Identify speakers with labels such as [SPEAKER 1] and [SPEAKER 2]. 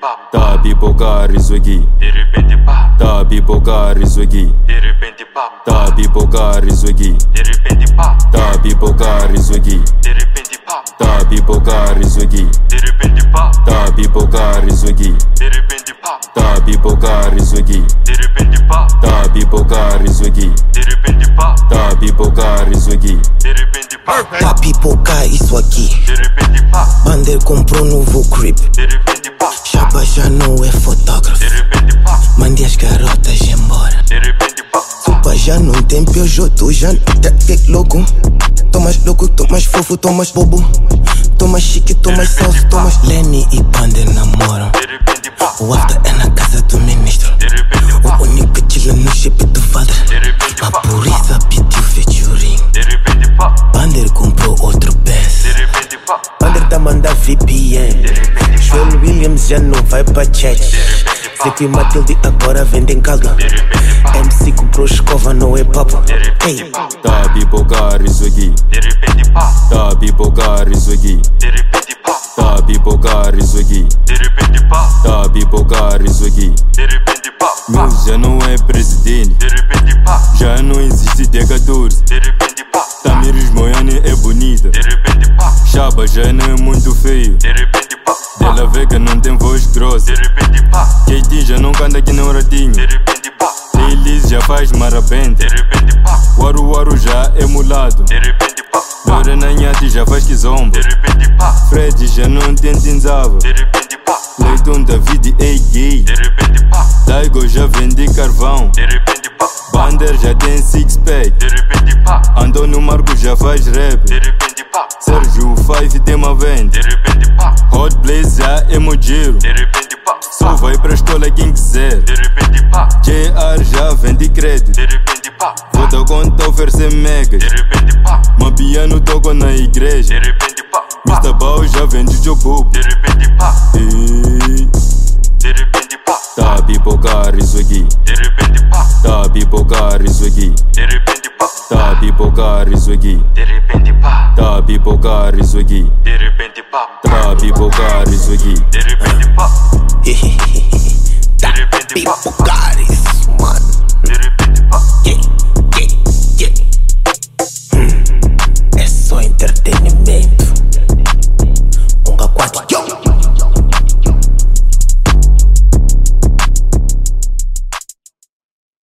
[SPEAKER 1] pá,
[SPEAKER 2] Tabi Bogari Zwigi,
[SPEAKER 1] de repente pá,
[SPEAKER 2] Tabi Bogari Zwigi,
[SPEAKER 1] de repente pá,
[SPEAKER 2] Tabi Bogari Zwigi,
[SPEAKER 1] de repente pá,
[SPEAKER 2] Tabi Bogari Zwigi,
[SPEAKER 1] de repente pá,
[SPEAKER 2] Tabi Bogari Zwigi,
[SPEAKER 1] de repente pá,
[SPEAKER 2] Tabi Bogari Zwigi,
[SPEAKER 1] de repente pá,
[SPEAKER 2] Tabi Bogari Zwigi,
[SPEAKER 1] de repente pá,
[SPEAKER 2] Tabi Bogari Zwigi,
[SPEAKER 1] de repente pá,
[SPEAKER 2] Tabi Bogari Zwigi,
[SPEAKER 1] de repente pá,
[SPEAKER 3] Papi Poca, isso aqui.
[SPEAKER 1] de repente pá,
[SPEAKER 3] Bander comprou novo creep.
[SPEAKER 1] de repente pá,
[SPEAKER 3] Chapa já não é fotógrafo.
[SPEAKER 1] de repente pá,
[SPEAKER 3] Mande as garotas embora.
[SPEAKER 1] de repente pá,
[SPEAKER 3] Opa, já não tem piojo, tu já tá que louco. Tomas louco, tomas fofo, tomas bobo. Tomas chique, tomas self, tomas Lenny e Bander namoram.
[SPEAKER 1] de repente pá,
[SPEAKER 3] O after é na casa do ministro.
[SPEAKER 1] de repente pá,
[SPEAKER 3] O único chila no chip do father.
[SPEAKER 1] de repente
[SPEAKER 3] A
[SPEAKER 1] pá,
[SPEAKER 3] pureza pediu featuring.
[SPEAKER 1] de repente pá,
[SPEAKER 3] Bander comprou outro
[SPEAKER 1] de
[SPEAKER 3] pés.
[SPEAKER 1] repente pá,
[SPEAKER 3] Bander tá mandando VPN.
[SPEAKER 1] de repente pá,
[SPEAKER 3] Joel Williams já não vai pra church. Zeca e Matilde agora vendem calda.
[SPEAKER 1] de repente pá,
[SPEAKER 3] MC comprou escova, não é papo.
[SPEAKER 1] de
[SPEAKER 3] Ei,
[SPEAKER 1] repente pá,
[SPEAKER 2] Tabi Bogari Zwigi,
[SPEAKER 1] de repente pá,
[SPEAKER 2] Tabi Bogari Zwigi,
[SPEAKER 1] de repente pá,
[SPEAKER 2] Tabi Bogari Zwigi,
[SPEAKER 1] de repente pá,
[SPEAKER 2] Tabi Bogari Zwigi.
[SPEAKER 1] de repente pá, pá,
[SPEAKER 2] Meu já não é presidente,
[SPEAKER 1] de repente pá,
[SPEAKER 2] já não existe D14.
[SPEAKER 1] de repente pá,
[SPEAKER 2] Tamiris Moiane é bonita,
[SPEAKER 1] de repente pá,
[SPEAKER 2] Chaba já não é muito feio.
[SPEAKER 1] de repente pá, pá,
[SPEAKER 2] Dela Vega não tem voz grossa,
[SPEAKER 1] de repente pá,
[SPEAKER 2] JD já não canta que nem o ratinho.
[SPEAKER 1] de repente pá,
[SPEAKER 2] Elis já faz marabente,
[SPEAKER 1] de repente pá,
[SPEAKER 2] Waru Waru já é mulado,
[SPEAKER 1] de repente pá, pá,
[SPEAKER 2] Lorena Nhati já faz quizomba,
[SPEAKER 1] de repente pá,
[SPEAKER 2] Fred já não tem cinzava,
[SPEAKER 1] de repente pá,
[SPEAKER 2] Leiton David é gay,
[SPEAKER 1] de repente pá,
[SPEAKER 2] Daigo já vende carvão,
[SPEAKER 1] de repente pá, pá,
[SPEAKER 2] Bander já tem six pack,
[SPEAKER 1] de repente pá,
[SPEAKER 2] Antônio Marcos já faz rap.
[SPEAKER 1] de repente pá,
[SPEAKER 2] Sérgio Five tem uma venda
[SPEAKER 1] de repente pá,
[SPEAKER 2] Hot Blaze já é mojiro
[SPEAKER 1] de repente pá,
[SPEAKER 2] Só
[SPEAKER 1] pá,
[SPEAKER 2] vai pra escola quem quiser
[SPEAKER 1] de repente pá,
[SPEAKER 2] JR já vende crédito
[SPEAKER 1] de repente pá,
[SPEAKER 2] Vou dar conta oferecer megas
[SPEAKER 1] de repente pá,
[SPEAKER 2] Mapiano toco na
[SPEAKER 1] de
[SPEAKER 2] igreja
[SPEAKER 1] repente pá, pá,
[SPEAKER 2] Mr. Bao já vende jobubo
[SPEAKER 1] de repente pá,
[SPEAKER 2] E...
[SPEAKER 1] de repente pá,
[SPEAKER 2] Tabi Bogari Zwigi
[SPEAKER 1] de repente pá,
[SPEAKER 2] Tabi Bogari Zwigi
[SPEAKER 1] de repente pá,
[SPEAKER 2] Tabi Bogari Zwigi
[SPEAKER 1] de repente pá,
[SPEAKER 2] Tabi Bogari Zwigi
[SPEAKER 1] de repente pá,
[SPEAKER 2] Tabi Bogari Zwigi
[SPEAKER 1] de repente pá,
[SPEAKER 3] Tá,
[SPEAKER 1] de repente pá,
[SPEAKER 3] Pipo Caris, mano.
[SPEAKER 1] de repente pá,
[SPEAKER 3] Yeah, yeah, yeah. Hum, É só entretenimento.